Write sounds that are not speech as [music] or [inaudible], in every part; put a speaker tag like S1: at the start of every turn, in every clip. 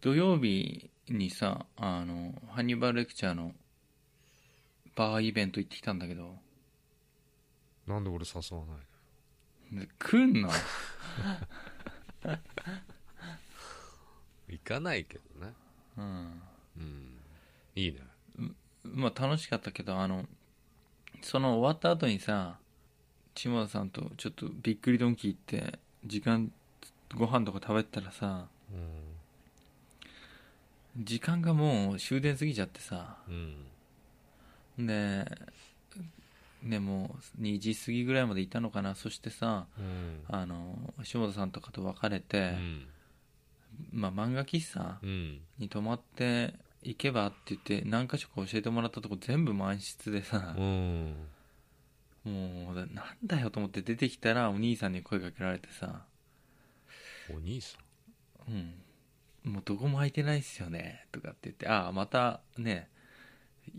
S1: 土曜日にさ、あの、ハンニバルレクチャーのバーイベント行ってきたんだけど、
S2: なんで俺誘わないの
S1: 来んの
S2: 行かないけどね。
S1: うん。
S2: うん。いいね。
S1: まあ楽しかったけど、あの、その終わった後にさ、千葉さんとちょっとびっくりドンキー行って、時間、ご飯とか食べてたらさ、
S2: うん。
S1: 時間がもう終電過ぎちゃってさ、
S2: うん。
S1: で、ね、もう2時過ぎぐらいまでいたのかな、そしてさ、
S2: うん。
S1: あの、下田さんとかと別れ
S2: う
S1: て、
S2: ん。
S1: まあ漫画喫茶
S2: うん。
S1: に泊まって行けばって言って、何箇所か教えてもらったとこ全部満室でさ、
S2: うん。
S1: もう、なんだよと思って出てきたらお兄さんに声かけられてさ、
S2: お兄さ
S1: うん、もうどこも空いてないっすよね、とかって言って、ああ、またね、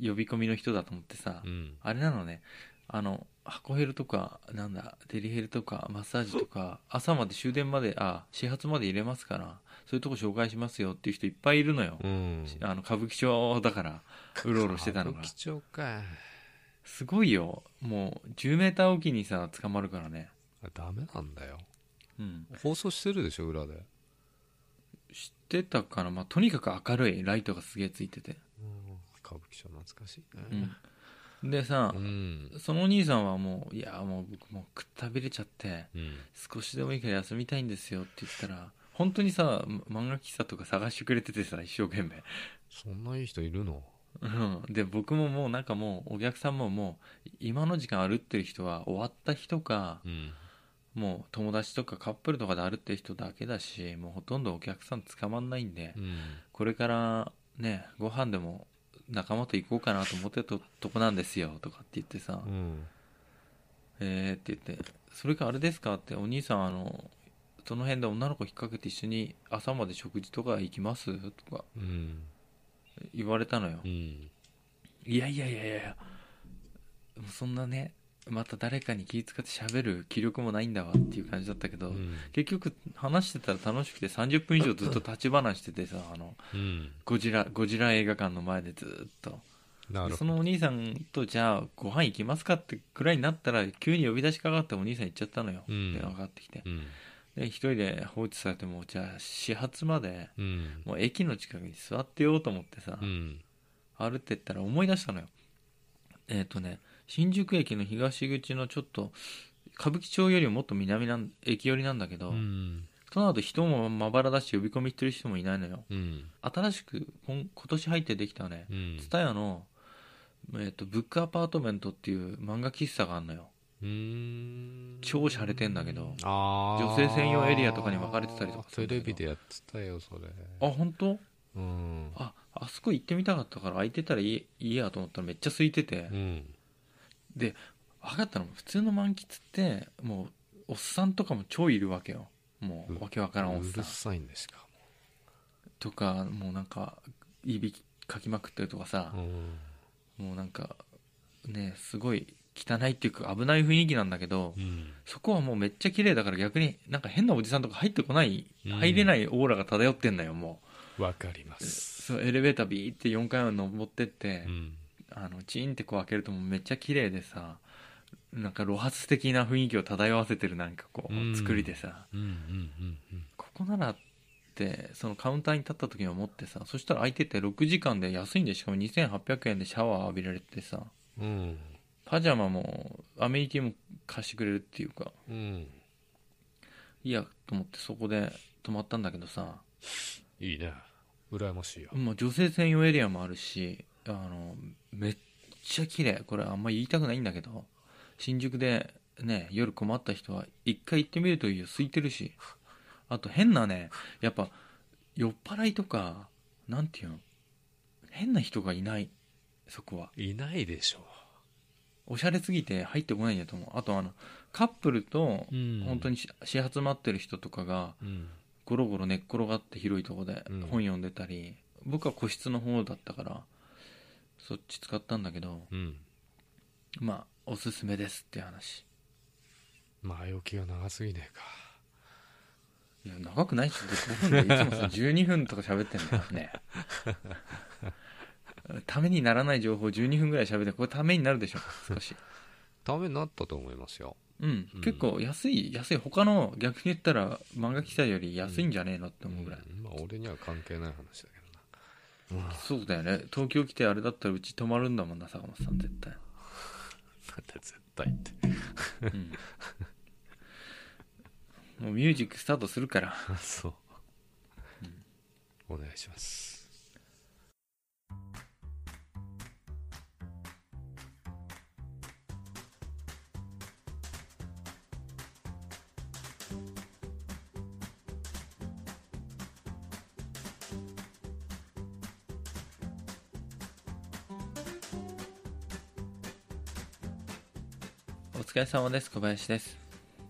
S1: 呼び込みの人だと思ってさ、
S2: ん。うん。
S1: あれなのね、あの、箱ヘルとか、なんだ、デリヘルとか、マッサージとか、朝まで終電まで、あ、始発まで入れますから、そういうとこ紹介しますよっていう人いっぱいいるのよ。
S2: うん。
S1: あの、歌舞伎町だから、 [laughs] うろうろしてたのが
S2: 歌舞。伎町か。
S1: すごいよ。もう、10メーターおきにさ、捕まるからね。
S2: あダメなんだよ。
S1: うん。
S2: 放送してるでしょ、裏で。
S1: 知ってたかなまあ、とにかく明るい。ライトがすげえついてて。
S2: うん。歌舞伎町懐かしいね。
S1: うん。でさ
S2: う、ん。
S1: そのお兄さんはもう、いや、もう僕もうくったびれちゃって、
S2: うん。
S1: 少しでもいいから休みたいんですよって言ったら本当にさま漫画喫茶とか探してくれててさ一生懸命
S2: そんないい人いるの
S1: うんで僕ももうなんかもうお客さんももう今の時間歩ってる人は終わった人か
S2: うん。
S1: もう友達とかカップルとかで歩ってる人だけだしもうほとんどお客さん捕まんないんで
S2: うん。
S1: これからねご飯でも仲間と行こうかなと思ってたとこなんですよとかって言ってさ
S2: うん。
S1: えー、って言って、それかあれですかって、お兄さん、あの、その辺で女の子引っ掛けて一緒に朝まで食事とか行きますとか
S2: うん。
S1: 言われたのよ
S2: う。ん。
S1: いやいやいやいやいや、そんなね、また誰かに気遣って喋る気力もないんだわっていう感じだったけど、
S2: うん。
S1: 結局話してたら楽しくて30分以上ずっと立ち話しててさ、あの、
S2: うん。
S1: ゴジラ、ゴジラ映画館の前でずっと。
S2: なる
S1: そ
S2: ほど。
S1: のお兄さんとじゃあご飯行きますかってくらいになったら急に呼び出しかかってお兄さん行っちゃったのよ、
S2: うん
S1: 電話かかってきて
S2: うん。
S1: で一人で放置されてもじゃあ始発まで
S2: うん。
S1: もう駅の近くに座ってようと思ってさ、
S2: うん。
S1: 歩ってったら思い出したのよえっ、とね新宿駅の東口のちょっと歌舞伎町よりももっと南なん駅寄りなんだけど、
S2: うん。
S1: その後人もまばらだし呼び込みしてる人もいないのよ
S2: うん。
S1: 新しく今今年入ってできたね、
S2: うん。
S1: ツタヤの、えーと、ブックアパートメントっていう漫画喫茶があるのよ。
S2: うーん
S1: 超洒落てんだけど
S2: あー
S1: 女性専用エリアとかに分かれてたりとかする
S2: テ
S1: んだけ
S2: レ
S1: ど
S2: ビでやってたよそれ
S1: あ、本当？
S2: うん
S1: あ、あそこ行ってみたかったから空いてたらいいいいやと思ったらめっちゃ空いてて
S2: う。ん
S1: 分かったの普通の満喫って、もう、おっさんとかも超いるわけよ。もう、
S2: う
S1: わけわからんおっ
S2: う
S1: さ
S2: る
S1: ん。
S2: さいんですか
S1: とか、もうなんか、いびきかきまくってるとかさ
S2: う、ん
S1: もうなんか、ね、すごい汚いっていうか危ない雰囲気なんだけど、
S2: うん
S1: そこはもうめっちゃ綺麗だから逆になんか変なおじさんとか入ってこない、
S2: うん
S1: 入れないオーラが漂ってんだよ、も
S2: わかりま
S1: う。
S2: す
S1: そう、エレベータービーって4階まで登ってっ
S2: う
S1: て、
S2: ん
S1: あの、チーンってこう開けるともうめっちゃ綺麗でさ、なんか露発的な雰囲気を漂わせてるなんかこ
S2: うん
S1: う、作りでさ、
S2: うんうんうん
S1: ここならって、そのカウンターに立った時に思ってさ、そしたら空いてて6時間で安いんで、しかも2800円でシャワー浴びられてさ、
S2: うん
S1: パジャマもアメニティも貸してくれるっていうか、
S2: うん
S1: いいやと思ってそこで泊まったんだけどさ、
S2: いいね羨ましいよ
S1: もう女性専用エリアもあるし、あの、めっちゃ綺麗。これあんま言いたくないんだけど、新宿でね、夜困った人は一回行ってみるといいよ。空いてるし。あと変なね、やっぱ酔っ払いとか、なんていうの変な人がいない。そこは。
S2: いないでしょ
S1: おしゃれすぎて入ってこないんだと思う。あとあの、カップルと、
S2: うん
S1: 本当にし始発待ってる人とかが、
S2: うん
S1: ゴロゴロ寝っ転がって広いとこで
S2: うん
S1: 本読んでたり、僕は個室の方だったからそっち使ったんだけど
S2: うん
S1: まあおすすめですって話
S2: 前置きが長すぎねえか
S1: いや長くないっしょ5分でいつも
S2: [laughs]
S1: さ12分とか喋ってんだよねためにならない情報12分ぐらい喋ってこれためになるでしょ少し
S2: ためになったと思いますよ。
S1: うん、
S2: うん
S1: 結構安い安い他の逆に言ったら漫画記載より安いんじゃねえのって思うぐらい、
S2: うんまあ、俺には関係ない話だけどな。うん、なん
S1: そうだよね東京来てあれだったらうち泊まるんだもんな坂本さん絶対、
S2: だ絶対って。 [laughs]
S1: うん、もうミュージックスタートするから
S2: あそう。お願いします。
S1: お疲れ様です小林です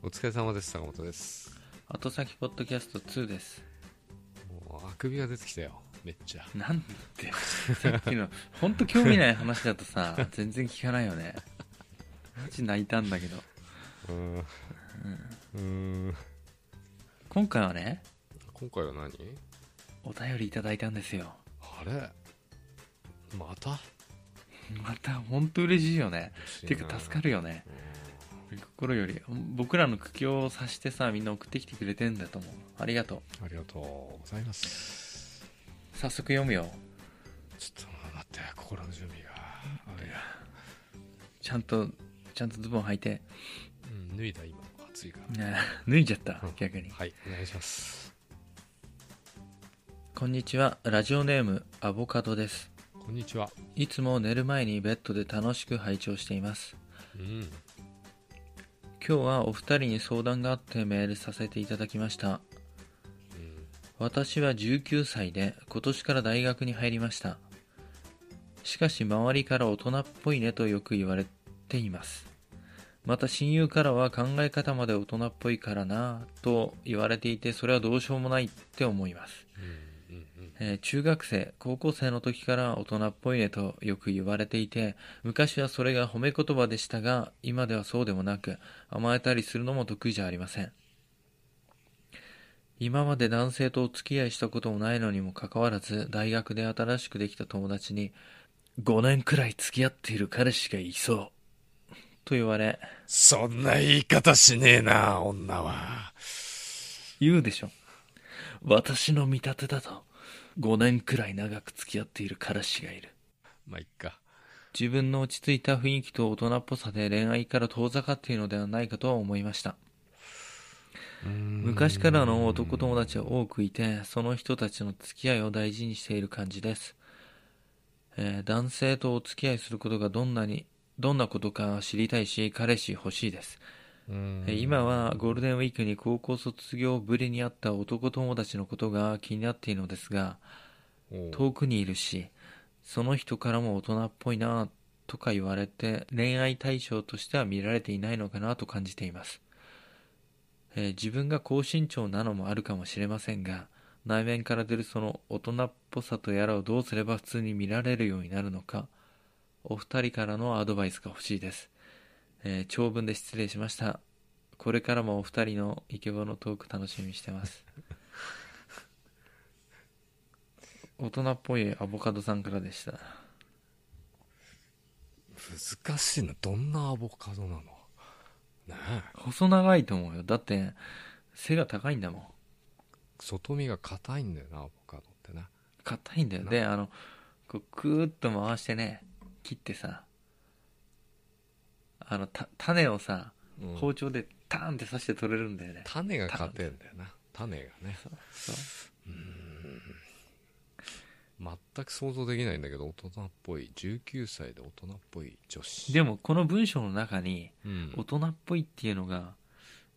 S2: お疲れ様です、坂本です。
S1: 後先ポッドキャスト2です
S2: もう、あくびが出てきたよ。めっちゃ。
S1: なんてさっきの本当興味ない話だとさ全然聞かないよねマジ泣いたんだけど
S2: うん。うん。
S1: 今回はね
S2: 今回は何
S1: お便りいただいたんですよ
S2: あれまた
S1: また本当嬉しいよねていうか助かる
S2: よ。
S1: よね心より僕らの苦境を察してさみんな送ってきてくれてんだと思うありがとう
S2: ありがとうございます。
S1: 早速読むよ
S2: ちょっと待って、心の準備が。あれや。
S1: ちゃんとちゃんとズボン履いて
S2: うん、脱いだ今。暑いから。
S1: ね [laughs] 脱いじゃった逆に
S2: はい、お願いします。
S1: こんにちはラジオネームアボカドです
S2: こんにちは。
S1: いつも寝る前にベッドで楽しく拝聴しています
S2: うん。
S1: 今日はお二人に相談があってメールさせていただきました
S2: うん
S1: 私は19歳で今年から大学に入りましたしかし周りから大人っぽいねとよく言われていますまた親友からは考え方まで大人っぽいからなぁと言われていてそれはどうしようもないって思います、
S2: うん。うん。うん。
S1: えー中学生高校生の時から大人っぽいねとよく言われていて昔はそれが褒め言葉でしたが今ではそうでもなく甘えたりするのも得意じゃありません今まで男性とお付き合いしたこともないのにもかかわらず大学で新しくできた友達に5年くらい付き合っている彼氏がいそうと言われ
S2: そんな言い方しねえな、女は。
S1: 言うでしょ私の見立てだと5年くらい長く付き合っている彼氏がいる
S2: まあ、いっか。
S1: 自分の落ち着いた雰囲気と大人っぽさで恋愛から遠ざかっているのではないかとは思いました昔からの男友達は多くいてその人たちの付き合いを大事にしている感じです、えー男性とお付き合いすることがどんなにどんなことか知りたいし彼氏欲しいです、
S2: うん
S1: えー今はゴールデンウィークに高校卒業ぶりに会った男友達のことが気になっているのですが
S2: おう
S1: 遠くにいるしその人からも大人っぽいなとか言われて恋愛対象としては見られていないのかなと感じています、えー自分が高身長なのもあるかもしれませんが内面から出るその大人っぽさとやらをどうすれば普通に見られるようになるのかお二人からのアドバイスが欲しいです、えー長文で失礼しましたこれからもお二人のイケボのトーク楽しみにしてます大人っぽいアボカドさんからでした
S2: 難しいな。どんなアボカドなのねえ。
S1: 細長いと思うよだって背が高いんだもん
S2: 外身が硬いんだよな、アボカドってな。
S1: 硬いんだよであのこうクーッと回してね切ってさあのた種をさ
S2: うん
S1: 包丁でターンって刺して取れるんだよね、
S2: 種が硬いんだよな。種がね。
S1: そう
S2: 全く想像できないんだけど、大人っぽい。19歳で大人っぽい女子。
S1: でもこの文章の中に
S2: うん
S1: 大人っぽいっていうのが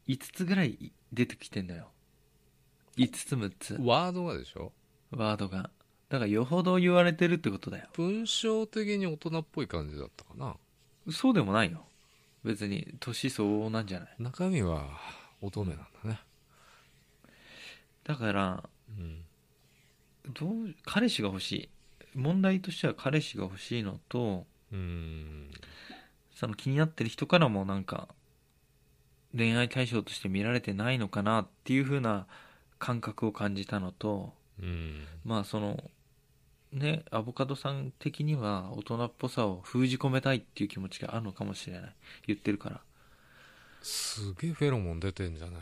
S1: 5つぐらい出てきてんだよ5つ6つ
S2: ワードがでしょ
S1: ワードがだからよほど言われてるってことだよ
S2: 文章的に大人っぽい感じだったかな。
S1: そうでもないよ別に年相応なんじゃない
S2: 中身は乙女なんだね。
S1: だから
S2: うん。
S1: どう彼氏が欲しい問題としては彼氏が欲しいのと
S2: うん。
S1: その気になってる人からもなんか恋愛対象として見られてないのかなっていう風な感覚を感じたのと
S2: うん
S1: まあそのねアボカドさん的には大人っぽさを封じ込めたいっていう気持ちがあるのかもしれない言ってるから
S2: すげえフェロモン出てんじゃない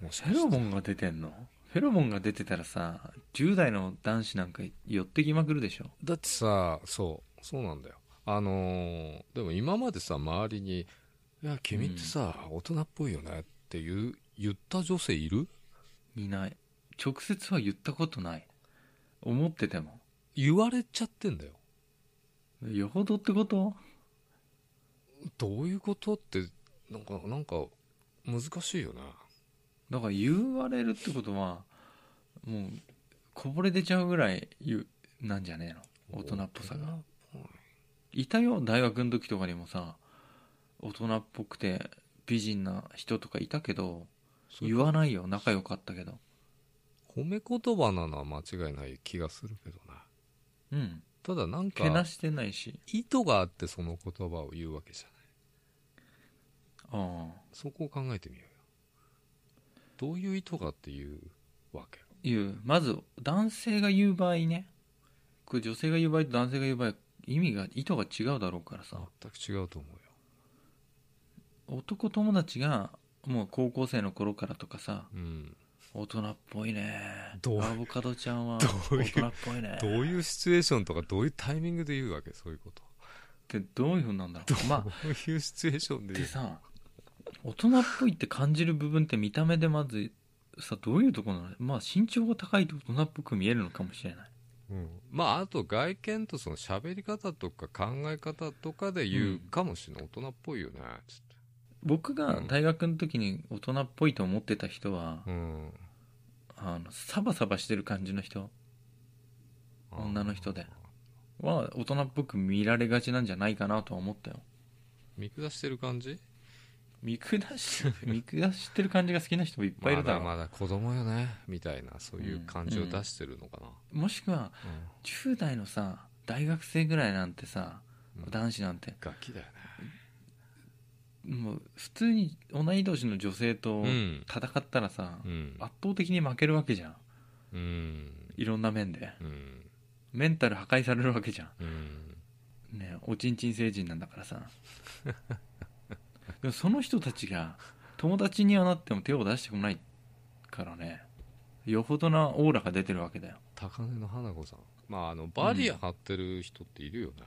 S2: のもし
S1: フ
S2: かして
S1: ェロモンが出てんのフェロモンが出てたらさ10代の男子なんか寄ってきまくるでしょ
S2: だってさそうそうなんだよあのーでも今までさ周りに「いや君ってさ、大人っぽいよね」って言う言った女性いる
S1: いない直接は言ったことない思ってても
S2: 言われちゃってんだよ
S1: よほどってこと
S2: どういうことってなんかなんか難しいよね
S1: だから言われるってことはもうこぼれ出ちゃうぐらい言うなんじゃねえの大人っぽさが
S2: 大人っぽい
S1: いたよ大学の時とかにもさ大人っぽくて美人な人とかいたけど
S2: そういう
S1: 言わないよ仲良かったけど
S2: 褒め言葉なのは間違いない気がするけどな
S1: うん
S2: ただなん
S1: けな
S2: か
S1: してないし
S2: 意図があってその言葉を言うわけじゃない
S1: ああ
S2: そこを考えてみようよどういう意図があって言うわけ
S1: 言うまず男性が言う場合ねこれ女性が言う場合と男性が言う場合意味が意図が違うだろうからさ
S2: 全く違うと思うよ
S1: 男友達がもう高校生の頃からとかさ
S2: うん、
S1: 大人っぽいね
S2: どう
S1: アボカドちゃんは
S2: どういう
S1: 大人っぽいね
S2: どういうシチュエーションとかどういうタイミングで言うわけそういうこと
S1: ってどういうふうなんだろうま
S2: どういうシチュエーション
S1: あ
S2: で言
S1: で
S2: う
S1: さ大人っぽいって感じる部分って見た目でまずさどういうところなのまあ身長が高いと大人っぽく見えるのかもしれない
S2: うん、まああと外見とその喋り方とか考え方とかで言うかもしれない、大人っぽいよねち
S1: 僕が大学の時に大人っぽいと思ってた人は
S2: ょっと、うん、
S1: あのサバサバしてる感じの人女の人では大人っぽく見られがちなんじゃないかなとは思ったよ
S2: 見下してる感じ
S1: 見下
S2: [laughs]
S1: し見下してる感じが好きな人もいっぱいいるだろう、
S2: まだまだ子供よねみたいなそういう感じを出してるのかな、
S1: もしくは
S2: うん
S1: 10代のさ大学生ぐらいなんてさ、
S2: うん
S1: 男子なんて
S2: ガキだよね
S1: もう普通に同い年の女性と
S2: うん
S1: 戦ったらさ、
S2: うん
S1: 圧倒的に負けるわけじゃん
S2: うん
S1: いろんな面で
S2: うん
S1: メンタル破壊されるわけじゃ
S2: うん
S1: んねおちんちん成人なんだからさでもその人たちが友達にはなっても手を出してこないからねよほどなオーラが出てるわけだよ
S2: 高根の花子さんまああのバリア張ってる人っているよね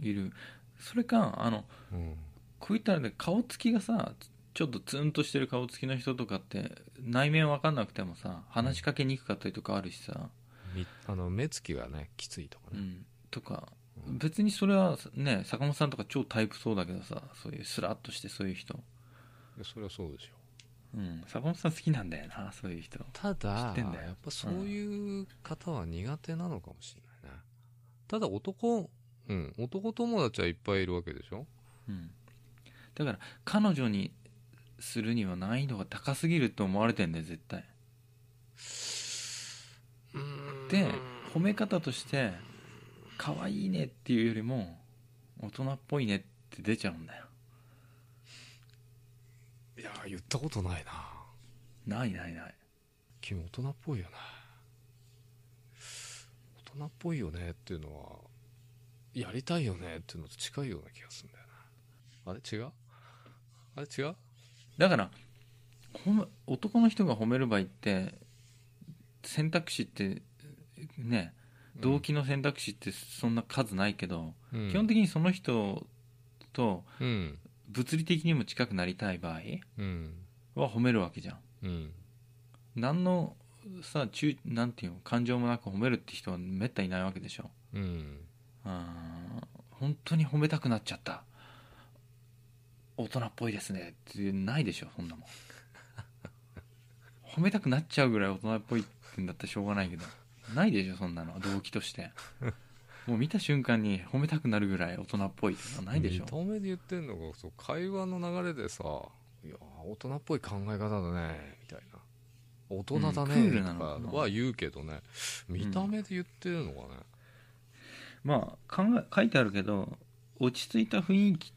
S1: いるそれかあの
S2: うん
S1: こういったので顔つきがさちょっとツンとしてる顔つきの人とかって内面分かんなくてもさ話しかけにくかったりとかあるしさ、
S2: みあの目つきがねきついとか
S1: う
S2: ね、
S1: ん、とか
S2: うん
S1: 別にそれはね坂本さんとか超タイプそうだけどさそういうスラッとしてそういう人、
S2: それはそうでしょ
S1: うん、坂本さん好きなんだよなそういう人
S2: ただ
S1: 知ってんだよ
S2: やっぱそういう方は苦手なのかもしれないなただ男うん男友達はいっぱいいるわけでしょ
S1: うん、だから彼女にするには難易度が高すぎると思われてんだよ絶対で褒め方として「可愛いね」っていうよりも「大人っぽいね」って出ちゃうんだよ
S2: いや言ったことないな
S1: ないないない
S2: 君大人っぽいよね大人っぽいよねっていうのはやりたいよねっていうのと近いような気がするんだよなあれ違うあれ違う
S1: だから褒め男の人が褒める場合って選択肢ってね動、機の選択肢ってそんな数ないけど、
S2: うん
S1: 基本的にその人と
S2: うん
S1: 物理的にも近くなりたい場合
S2: うん
S1: は褒めるわけじゃん
S2: うん
S1: 何のさ中なんていうの感情もなく褒めるって人はめったにいないわけでしょ
S2: うん
S1: うん本当に褒めたくなっちゃった大人っぽいですねってないでしょそんなもん [laughs] 褒めたくなっちゃうぐらい大人っぽいってんだったらしょうがないけどないでしょそんなの動機としてもう見た瞬間に褒めたくなるぐらい大人っぽいってのはないでしょ
S2: 見た目で言ってんのがそう会話の流れでさ「いや大人っぽい考え方だね」みたいな「大人だ
S1: うんク
S2: ね
S1: ー」ル
S2: と
S1: なの
S2: かは言うけどね、見た目で言ってるのかね、
S1: まあ考え書いてあるけど落ち着いた雰囲気っ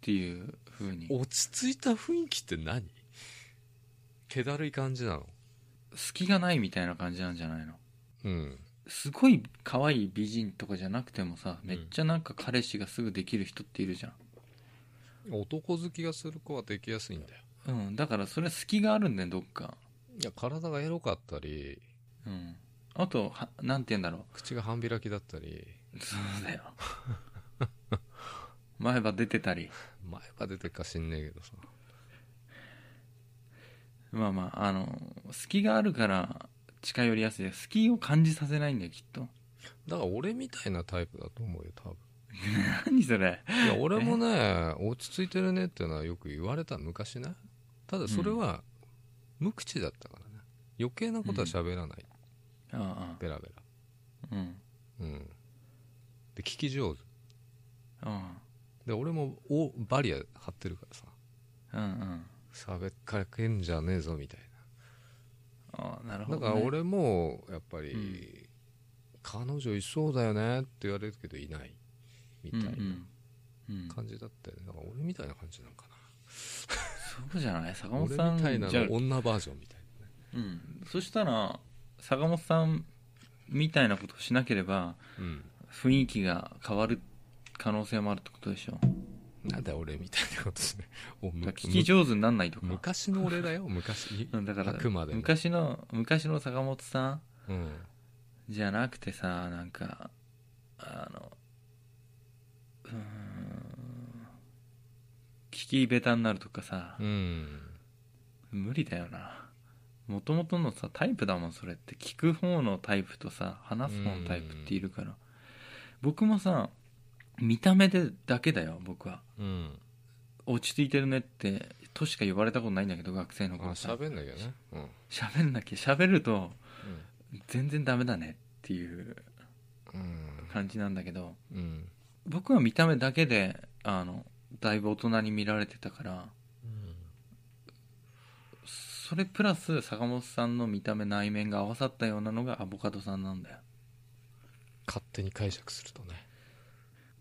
S1: ていう風に
S2: 落ち着いた雰囲気って何気だるい感じなの
S1: 隙がないみたいな感じなんじゃないの
S2: うん。
S1: すごい可愛い美人とかじゃなくてもさ、めっちゃなんか彼氏がすぐできる人っているじゃん。
S2: 男好きがする子はできやすいんだよ。
S1: うん、だからそれは隙があるんだよ、どっか。
S2: いや、体がエロかったり、
S1: うん。あと、は、なんて言うんだろ
S2: 口が半開きだったり、
S1: う。そう [laughs] だよ。前歯出てたり。
S2: 前は出てるか知んねえけどさ。
S1: まあまあ、あの、隙があるから近寄りやすいよ。隙を感じさせないんだよ、きっと。 [laughs]
S2: だから俺みたいなタイプだと思うよ、多分。
S1: 何それ。
S2: いや、俺もね、落ち着いてるねっていうのはよく言われた、昔ね。ただそれは、無口だったからね。余計なことは喋らない。
S1: ああ、
S2: ベラベラ。
S1: うん。
S2: うん。で、聞き上手。
S1: あ
S2: で、俺も、お、バリア張ってるからさ。
S1: あ、うんうん。
S2: 喋っかけんじゃねえぞ、みたい
S1: ああ、なる
S2: な。
S1: ほど、
S2: だ
S1: ね。
S2: から俺も、やっぱり、
S1: う
S2: 彼女いそうだよねって言われるけど、いない。みたいな
S1: うんうんうん
S2: 感じだったよね。だから俺みたいな感じなのかな。
S1: そうじゃない坂本
S2: 俺
S1: さん
S2: みたいな
S1: じゃあ
S2: の女バージョンみたいなね。
S1: うん、そしたら坂本さんみたいなことをしなければ
S2: うん。
S1: 雰囲気が変わる可能性もあるってことでしょ
S2: なんだ俺みたいなことしね。お
S1: だ
S2: む
S1: から聞き上手になんないと
S2: む
S1: か
S2: 昔の俺だよ、昔。
S1: [laughs] うんだから
S2: あくまでも。
S1: 昔の昔の坂本さん
S2: うん。
S1: じゃなくてさなんかあのうーん聞き下手になるとかさ
S2: うん。
S1: 無理だよなもともとのさタイプだもんそれって聞く方のタイプとさ話す方のタイプっているから僕もさ見た目でだけだよ僕は
S2: うん。
S1: 落ち着いてるねってとしか言われたことないんだけど学生の
S2: あ、
S1: 頃さ
S2: 喋んなきゃね。うん。うん
S1: 喋んなきゃ喋ると全然ダメだねっていう
S2: うん。
S1: 感じなんだけど
S2: うん。
S1: 僕は見た目だけであのだいぶ大人に見られてたからそれプラス坂本さんの見た目内面が合わさったようなのがアボカドさんなんだよ
S2: 勝手に解釈するとね。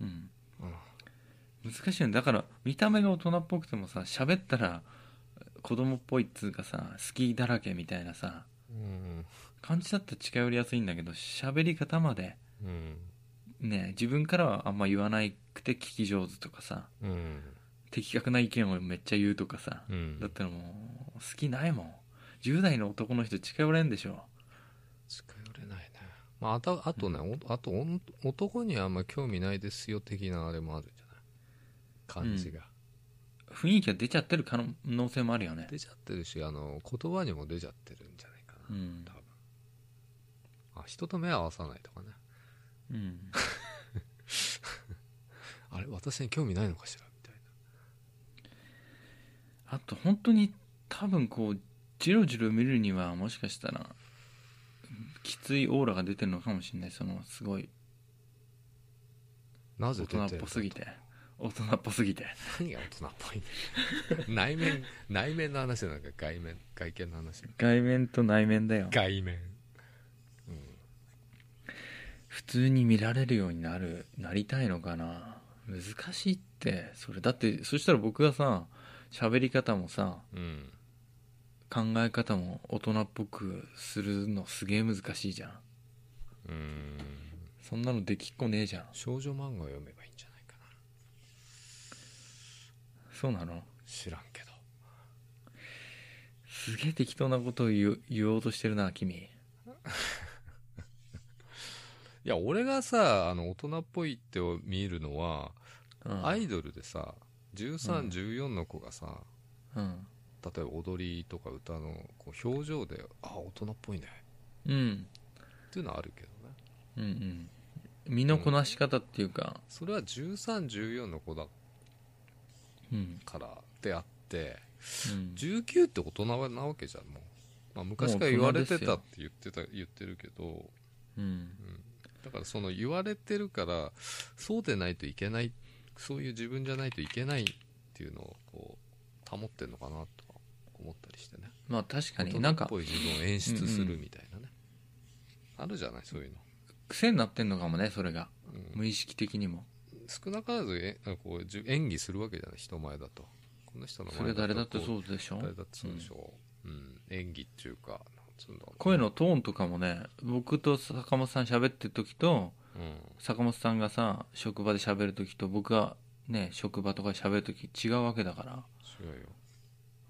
S1: うん
S2: うん。
S1: 難しいよねだから見た目が大人っぽくてもさ喋ったら子供っぽいっつうかさ好きだらけみたいなさ
S2: うん。
S1: 感じだったら近寄りやすいんだけど喋り方まで
S2: うん。
S1: ね自分からはあんま言わなくて聞き上手とかさ
S2: うん。
S1: 的確な意見をめっちゃ言うとかさ
S2: うん
S1: だったらもう好きないもん10代の男の人近寄れんでしょ
S2: 近寄れないね。まあ、あと、あとね、おあと、おん男にはあんま興味ないですよ的なあれもあるじゃない。感じが。
S1: 雰囲気が出ちゃってる可能性もあるよね
S2: 出ちゃってるし、あの、言葉にも出ちゃってるんじゃないかな。
S1: うん
S2: 多分あ人と目合わさないとかね
S1: うん
S2: あれ私に興味ないのかしらみたい
S1: あと本当に多分こうジロジロ見るにはもしかしたらきついオーラが出てるのかもしれないそのすごい
S2: ななぜ
S1: 大人
S2: 出てる
S1: っぽすぎて大人っぽすぎて
S2: 何が大人っぽい [laughs] 内面内面の話なんか外面外見の話
S1: 外面と内面だよ
S2: 外面
S1: 普通に見られるようになるなりたいのかな難しいってそれだってそしたら僕がさ喋り方もさ
S2: うん
S1: 考え方も大人っぽくするのすげえ難しいじゃん
S2: うん
S1: そんなのできっこねえじゃん
S2: 少女漫画を読めばいいんじゃないかな
S1: そうなの
S2: 知らんけど
S1: すげえ適当なことを言う言おうとしてるな君
S2: いや俺がさあの大人っぽいって見るのは、
S1: うん
S2: アイドルでさ
S1: うん
S2: 1314の子がさ、
S1: うん
S2: 例えば踊りとか歌のこう表情であ大人っぽいね
S1: うん
S2: っていうのはあるけどね
S1: うんうん身のこなし方っていうか、
S2: それは1314の子だ
S1: うん
S2: からであって
S1: うん
S2: 19って大人なわけじゃんもう、まあ、昔から言われてたって言ってた言ってるけど
S1: うん
S2: だからその言われてるからそうでないといけないそういう自分じゃないといけないっていうのをこう保ってんのかなとか思ったりしてね
S1: まあ確か
S2: 大
S1: になん
S2: 人
S1: か
S2: っぽい自分を演出するみたいなね、あるじゃないそういうの、
S1: 癖になってんのかもねそれが
S2: うん
S1: 無意識的にも
S2: 少なからずえなんかこうじゅ演技するわけじゃない人前だとこの人の
S1: そ
S2: 前
S1: れ誰だって
S2: こう
S1: そうでしょ
S2: 誰だってそうでしょう、うん演技っていうかなんつうんだろうね
S1: 声のトーンとかもね僕と坂本さん喋ってる時と
S2: うん
S1: 坂本さんがさ職場で喋る時と僕がね職場とかで喋る時違うわけだから
S2: 違うよ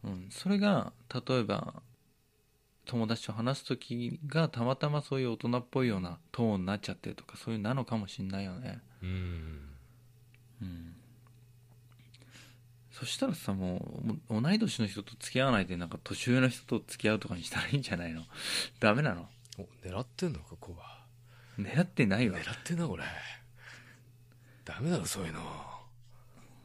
S1: うん、それが例えば友達と話す時がたまたまそういう大人っぽいようなトーンになっちゃってるとかそういうなのかもしんないよね、
S2: うん
S1: うん、そしたらさもうもう同い年の人と付き合わないでなんか年上の人と付き合うとかにしたらいいんじゃないの [laughs] ダメなの
S2: お狙ってんのかここは
S1: 狙ってないわ、
S2: 狙ってんなこれダメだろそういうの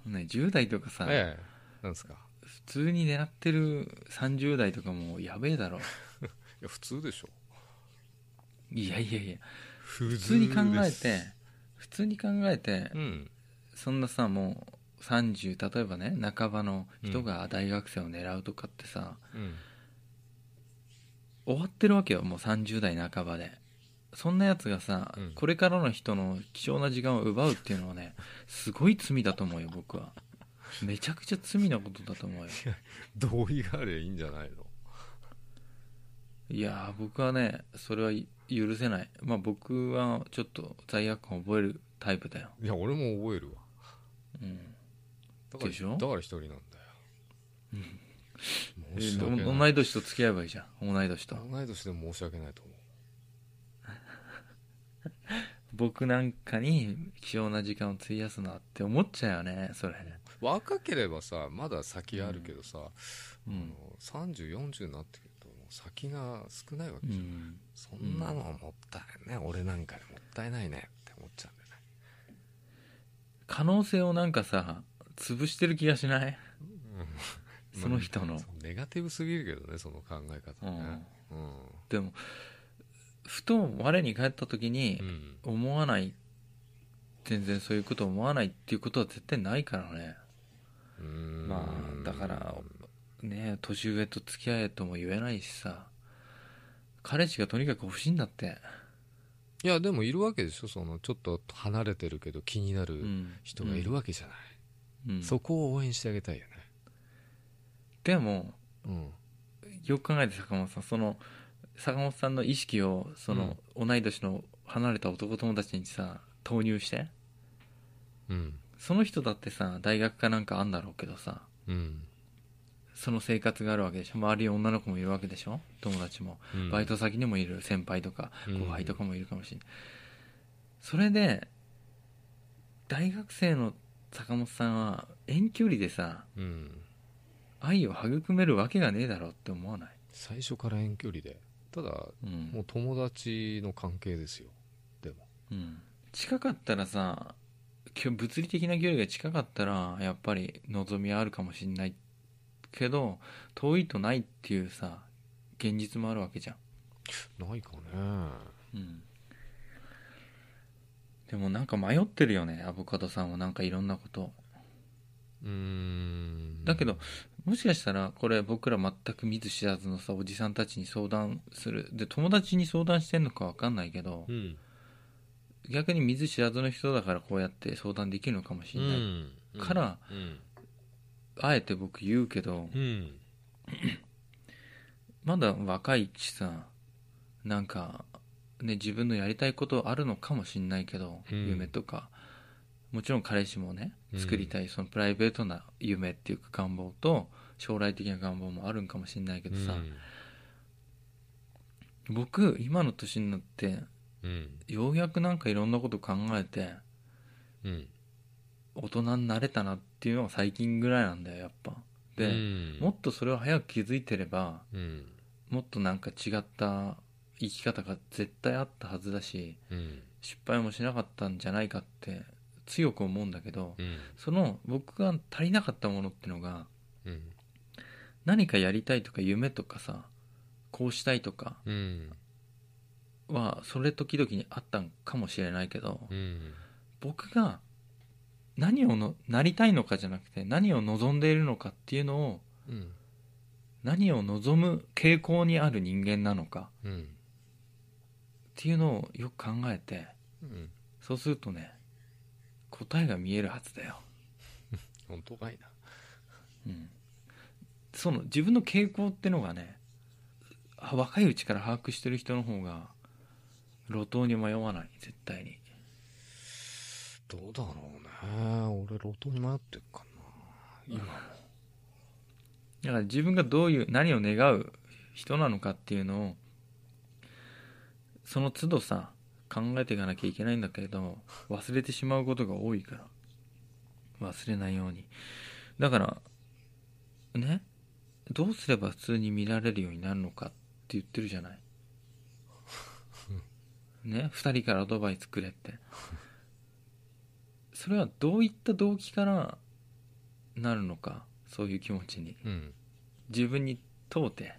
S1: ね、10代とかさ、
S2: ええなんですか
S1: 普通に狙ってる30代とかもやべえだろ
S2: いや普通でしょ
S1: いやいやいや
S2: 普
S1: 普通に考えて普通に考えて
S2: うん
S1: そんなさもう30例えばね半ばの人が大学生を狙うとかってさ、
S2: うん
S1: 終わってるわけよもう30代半ばでそんなやつがさ、
S2: うん
S1: これからの人の貴重な時間を奪うっていうのはねすごい罪だと思うよ僕はめちゃくちゃ罪なことだと思うよ
S2: 同意があればいいんじゃないの
S1: いやー僕はねそれはい許せないまあ僕はちょっと罪悪感を覚えるタイプだよ、
S2: いや俺も覚えるわ
S1: うん、
S2: だから
S1: でしょ
S2: だから一人なんだよ申し訳ない
S1: 同い年と付き合えばいいじゃん同い年と
S2: 同い年でも申し訳ないと思う
S1: 僕なんかに貴重な時間を費やすなって思っちゃうよねそれ
S2: 若ければさまだ先あるけどさ、
S1: う
S2: あ
S1: ん、
S2: の3040になってくるともう先が少ないわ
S1: う
S2: けじゃん、
S1: ん、
S2: そんなのはもったいないね俺なんかでもったいないねって思っちゃうんだよね
S1: 可能性をなんかさ潰してる気がしないその人の
S2: そうネガティブすぎるけどねその考え方ねうん
S1: でもふと我に返った時に
S2: うん
S1: 思わない全然そういうこと思わないっていうことは絶対ないからね
S2: うん
S1: まあだからね年上と付き合えとも言えないしさ彼氏がとにかく欲しいんだって、
S2: いやでもいるわけでしょそのちょっと離れてるけど気にな
S1: う
S2: る
S1: ん、
S2: 人がいるわけじゃない、
S1: うん、うん
S2: そこを応援してあげたいよね
S1: でも
S2: うん
S1: よく考えて坂本さんその坂本さんの意識をその、同い年の離れた男友達にさ投入して
S2: うん
S1: その人だってさ大学かなんかあんだろうけどさ
S2: うん、
S1: その生活があるわけでしょ周りに女の子もいるわけでしょ友達も
S2: うん
S1: バイト先にもいる先輩とか
S2: うん
S1: 後輩とかもいるかもしれない、それで大学生の坂本さんは遠距離でさ
S2: うん
S1: 愛を育めるわけがねえだろうって思わない、
S2: 最初から遠距離でただ
S1: うん
S2: もう友達の関係ですよでも
S1: うん近かったらさきょ物理的な距離が近かったらやっぱり望みはあるかもしんないけど遠いとないっていうさ現実もあるわけじゃん、
S2: ないかね
S1: うん、でもなんか迷ってるよねアボカドさんはなんかいろんなこと
S2: うーん
S1: だけどもしかしたらこれ僕ら全く見ず知らずのさおじさんたちに相談するで友達に相談してんのかわかんないけど
S2: うん
S1: 逆に見ず知らずの人だからこうやって相談できるのかもし
S2: うん
S1: ない、
S2: ん
S1: から
S2: うん
S1: あえて僕言うけど、
S2: うん
S1: まだ若いしさなんかね自分のやりたいことあるのかもしんないけど、
S2: うん
S1: 夢とかもちろん彼氏もね
S2: うん
S1: 作りたいそのプライベートな夢っていうか願望と将来的な願望もあるんかもしんないけどさ、僕今の年になって
S2: うん
S1: ようやくなんかいろんなこと考えて
S2: うん
S1: 大人になれたなっていうのが最近ぐらいなんだよやっぱで、
S2: うん
S1: もっとそれを早く気づいてれば
S2: うん
S1: もっとなんか違った生き方が絶対あったはずだし
S2: うん
S1: 失敗もしなかったんじゃないかって強く思うんだけど
S2: うん
S1: その僕が足りなかったものってのが
S2: うん
S1: 何かやりたいとか夢とかさこうしたいとか
S2: うん
S1: はそれ時々にあったんかもしれないけど
S2: うん
S1: 僕が何をのなりたいのかじゃなくて何を望んでいるのかっていうのを
S2: うん
S1: 何を望む傾向にある人間なのか
S2: うん
S1: っていうのをよく考えて
S2: うん
S1: そうするとね答えが見えるはずだよ、
S2: 本当かいな
S1: うん、その自分の傾向ってのがね若いうちから把握してる人の方が路頭に迷わない絶対に
S2: どうだろうね。俺、路頭に迷ってるかな。今も。
S1: だから自分がどういう何を願う人なのかっていうのをその都度さ考えていかなきゃいけないんだけれど忘れてしまうことが多いから忘れないようにだからねどうすれば普通に見られるようになるのかって言ってるじゃないね2人からアドバイスくれってそれはどういった動機からなるのかそういう気持ちに
S2: うん。
S1: 自分に問うて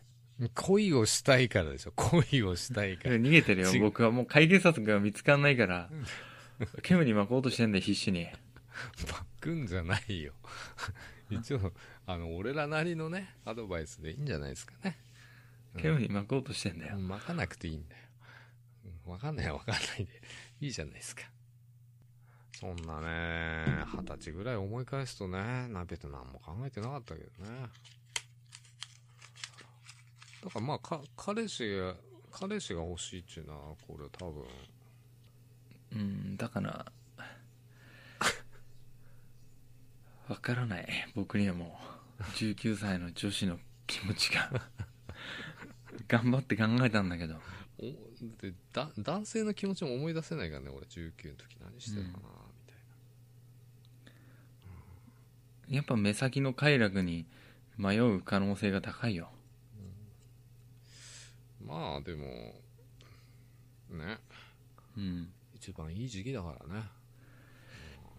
S2: 恋をしたいからでしょ。恋をしたいから。
S1: 逃げてるよ
S2: 違う
S1: 僕はもう解決策が見つかんないから
S2: [laughs]
S1: 煙に巻こうとしてんだよ必死に
S2: バックンじゃないよ。一応、あの、俺らなりのね、アドバイスでいいんじゃないですかね。うん
S1: 煙に巻こうとしてんだよ、
S2: 巻かなくていいんだよ。うんわかんないわかんないで。いいじゃないですか。そんなね、二十歳ぐらい思い返すとね、なべて何も考えてなかったけどね。だからまあ、か、彼氏が、彼氏が欲しいっていうのは、これ多分、
S1: うんだからわからない僕にはもう19歳の女子の気持ちが
S2: [laughs]
S1: 頑張って考えたんだけど
S2: おでだ男性の気持ちも思い出せないからね、俺19の時何してたかな、みたいな。
S1: やっぱ目先の快楽に迷う可能性が高いよ
S2: まあでも、ね、
S1: うん
S2: 一番いい時期だからね。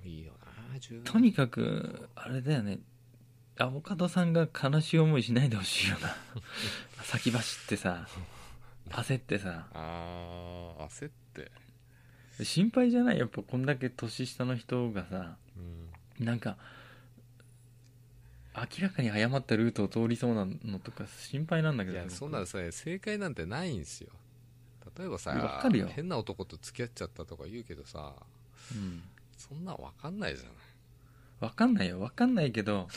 S2: うんいいよな、10
S1: とにかくあれだよねアボカドさんが悲しい思いしないでほしいよ
S2: [laughs]
S1: な先走ってさ焦ってさ
S2: あー、焦って。
S1: 心配じゃないやっぱこんだけ年下の人がさ
S2: うん。
S1: なんか明らかに誤ったルートを通りそうなのとか心配なんだけ
S2: い
S1: ど
S2: や、
S1: 僕
S2: そんなのさ、正解なんてないんすよ。例えば
S1: わ
S2: さ
S1: かるよ、
S2: 変な男と付き合っちゃったとか言うけどさ、
S1: うん、
S2: そんなんわかんないじゃない。 [laughs]
S1: わかんないよわかんないけど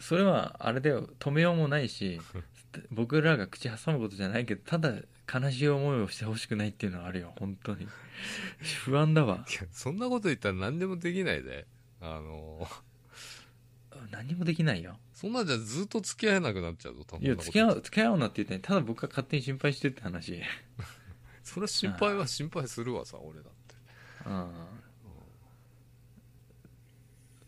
S1: それはあれだよ止めようもないし僕らが口挟むことじゃないけどただ悲しい思いをしてほしくないっていうのはあるよ本当に不安だわ
S2: いやそんなこと言ったら何でもできないで。あの、
S1: 何もできないよ
S2: そんなんじゃずっと付き合えなくなっちゃうぞ、多分
S1: いや付き合う付き合おうなって言ったのにただ僕が勝手に心配してって話
S2: それは心配は心配するわさ、俺だって。
S1: うん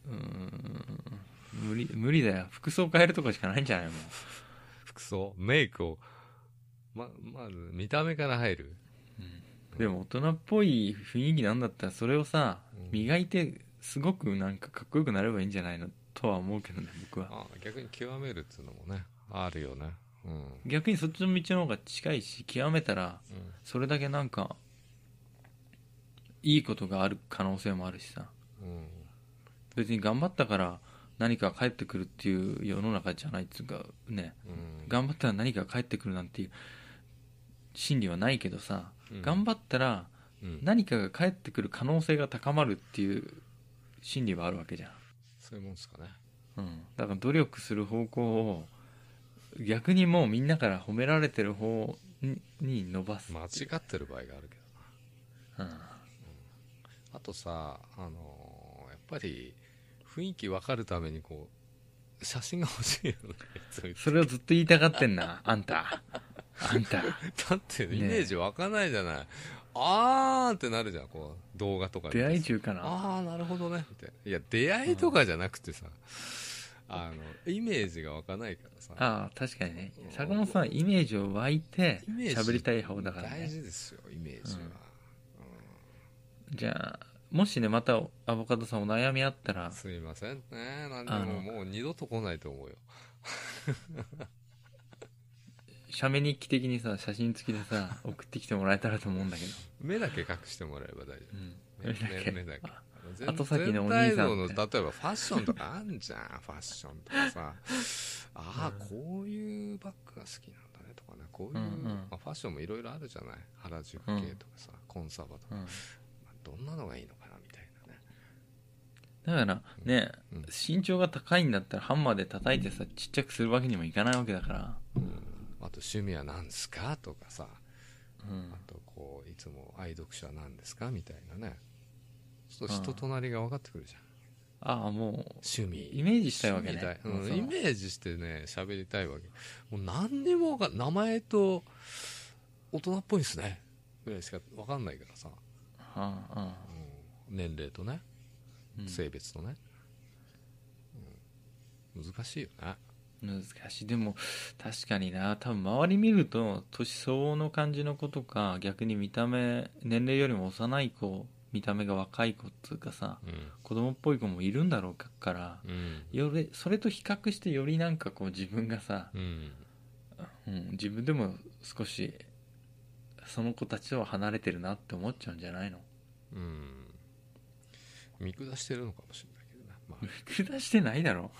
S1: うーん無理無理だよ服装変えるとかしかないんじゃないも
S2: 服装、メイクを、ま、まず見た目から入る。
S1: うでも大人っぽい雰囲気なんだったらそれをさ
S2: うん
S1: 磨いてすごくなんかかっこよくなればいいんじゃないのとは思うけどね僕は
S2: あ逆に極めるっていうのもね、あるよね。うん。
S1: 逆にそっちの道の方が近いし極めたら
S2: うん
S1: それだけなんかいいことがある可能性もあるしさ
S2: うん
S1: 別に頑張ったから何か返ってくるっていう世の中じゃないっていうかね
S2: うん
S1: 頑張ったら何か返ってくるなんていう心理はないけどさ、
S2: うん
S1: 頑張ったら
S2: うん
S1: 何かが返ってくる可能性が高まるっていう心理はあるわけじゃん、
S2: そういうもんですかね。
S1: うん、だから努力する方向を逆にもうみんなから褒められてる方にに伸ばす
S2: 間違ってる場合があるけど。
S1: うん
S2: あとさ、あのーやっぱり、雰囲気わかるためにこう、写真が欲しいよね。そういう
S1: それをずっと言いたがってんなあんたあん
S2: [laughs]
S1: た
S2: だって、イメージわかないじゃない。あーってなるじゃん、こう、動画とかで
S1: 出会い中かな
S2: ああなるほどねみたいないや出会いとかじゃなくてさ、あのイメージが湧かないからさ
S1: ああ確かにね坂本さんはイメージを湧いて
S2: イメージ
S1: 喋りたい方だから
S2: 大
S1: ね
S2: 事ですよイメージは、
S1: じゃあもしねまたアボカドさんお悩みあったら
S2: すいませんね何
S1: あ
S2: で
S1: の
S2: ももう二度と来ないと思うよ
S1: 写メ日記的にさ写真付きでさ送ってきてもらえたらと思うんだけど、
S2: 目だけ隠してもらえば大丈
S1: うん、
S2: 夫目
S1: だけ
S2: 目目だけ
S1: あ後先のお兄さん
S2: 全
S1: って
S2: 体像の例えばファッションとかあんじゃん [laughs] ファッションとかさああこういうバッグが好きなんだねとかねこういう、
S1: うんうん
S2: まあ、ファッションもいろいろあるじゃない原宿系とかさ、コンサバとか
S1: うん、
S2: どんなのがいいのかなみたいなね
S1: だからね、
S2: うん
S1: 身長が高いんだったらハンマーで叩いてさちっちゃくするわけにもいかないわけだから
S2: うんあと趣味は何ですかとかさ、
S1: うん
S2: あとこういつも愛読書は何ですかみたいなねちょっと人となりが分かってくるじゃん
S1: ああもう
S2: 趣味
S1: イメージしたいわけ
S2: 趣味
S1: ね
S2: だうん
S1: そう
S2: イメージしてね喋りたいわけもう何にもわかん名前と大人っぽいですねぐらいしか分かんないからさ、
S1: ああああ
S2: うん年齢とね
S1: うん
S2: 性別とね、うん難しいよね
S1: 難しいでも確かにな多分周り見ると年相応の感じの子とか逆に見た目年齢よりも幼い子見た目が若い子っつうかさ
S2: う
S1: 子供っぽい子もいるんだろうから
S2: んうん
S1: よりそれと比較してよりなんかこう自分がさ、
S2: うん
S1: うん、自分でも少しその子たちとは離れてるなって思っちゃうんじゃないの
S2: うん見下してるのかもしれないけどね、ま
S1: [laughs]
S2: あ、
S1: 見下してないだろ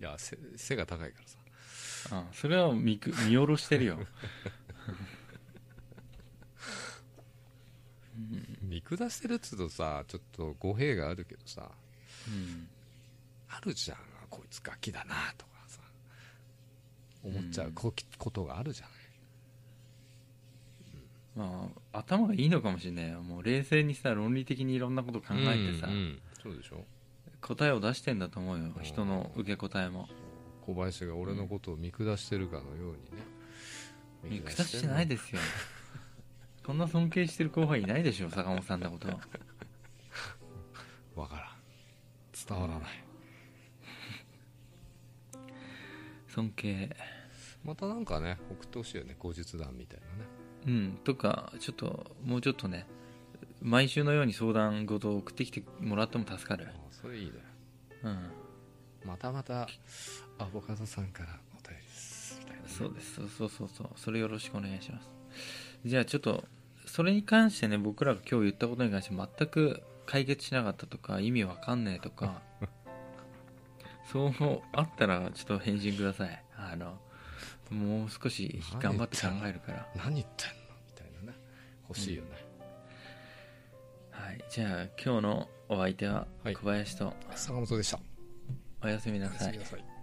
S2: いや背背が高いからさ
S1: あそれは見く [laughs] 見下ろしてる
S2: [laughs]
S1: よ、うん
S2: 見下してるっつうとさちょっと語弊があるけどさ
S1: うん
S2: あるじゃんあこいつガキだなとかさ思っちゃ
S1: う
S2: うんこことがあるじゃない、
S1: まあ、頭がいいのかもしれないよもう冷静にさ論理的にいろんなこと考えてさ、
S2: うんうんそうでしょ
S1: 答えを出してんだと思うよ
S2: うん
S1: 人の受け答えも
S2: 小林が俺のことを見下してるかのように
S1: 見
S2: ね
S1: 下してないです
S2: [laughs]
S1: よこんな尊敬してる後輩いないでしょ坂本さんのこと
S2: わからん伝わらない、
S1: 尊敬
S2: またなんかね送ってほしいよね後日談みたいなね
S1: うんとかちょっともうちょっとね毎週のように相談事を送ってきてもらっても助かる
S2: あそれいいね
S1: うん
S2: またまたアボカドさんからお便りですみたいなね
S1: そうですそうそうそうそうそれよろしくお願いしますじゃあちょっとそれに関してね僕らが今日言ったことに関して全く解決しなかったとか意味わかんねえとか [laughs] そうあったらちょっと返信くださいあのもう少し頑張って考えるから
S2: 何言ってんのみたいなね欲しいよね、
S1: はいじゃあ今日のお相手は
S2: はい
S1: 小林と、
S2: 坂本でした
S1: おやすみな
S2: おや
S1: さ
S2: す
S1: い
S2: みなさい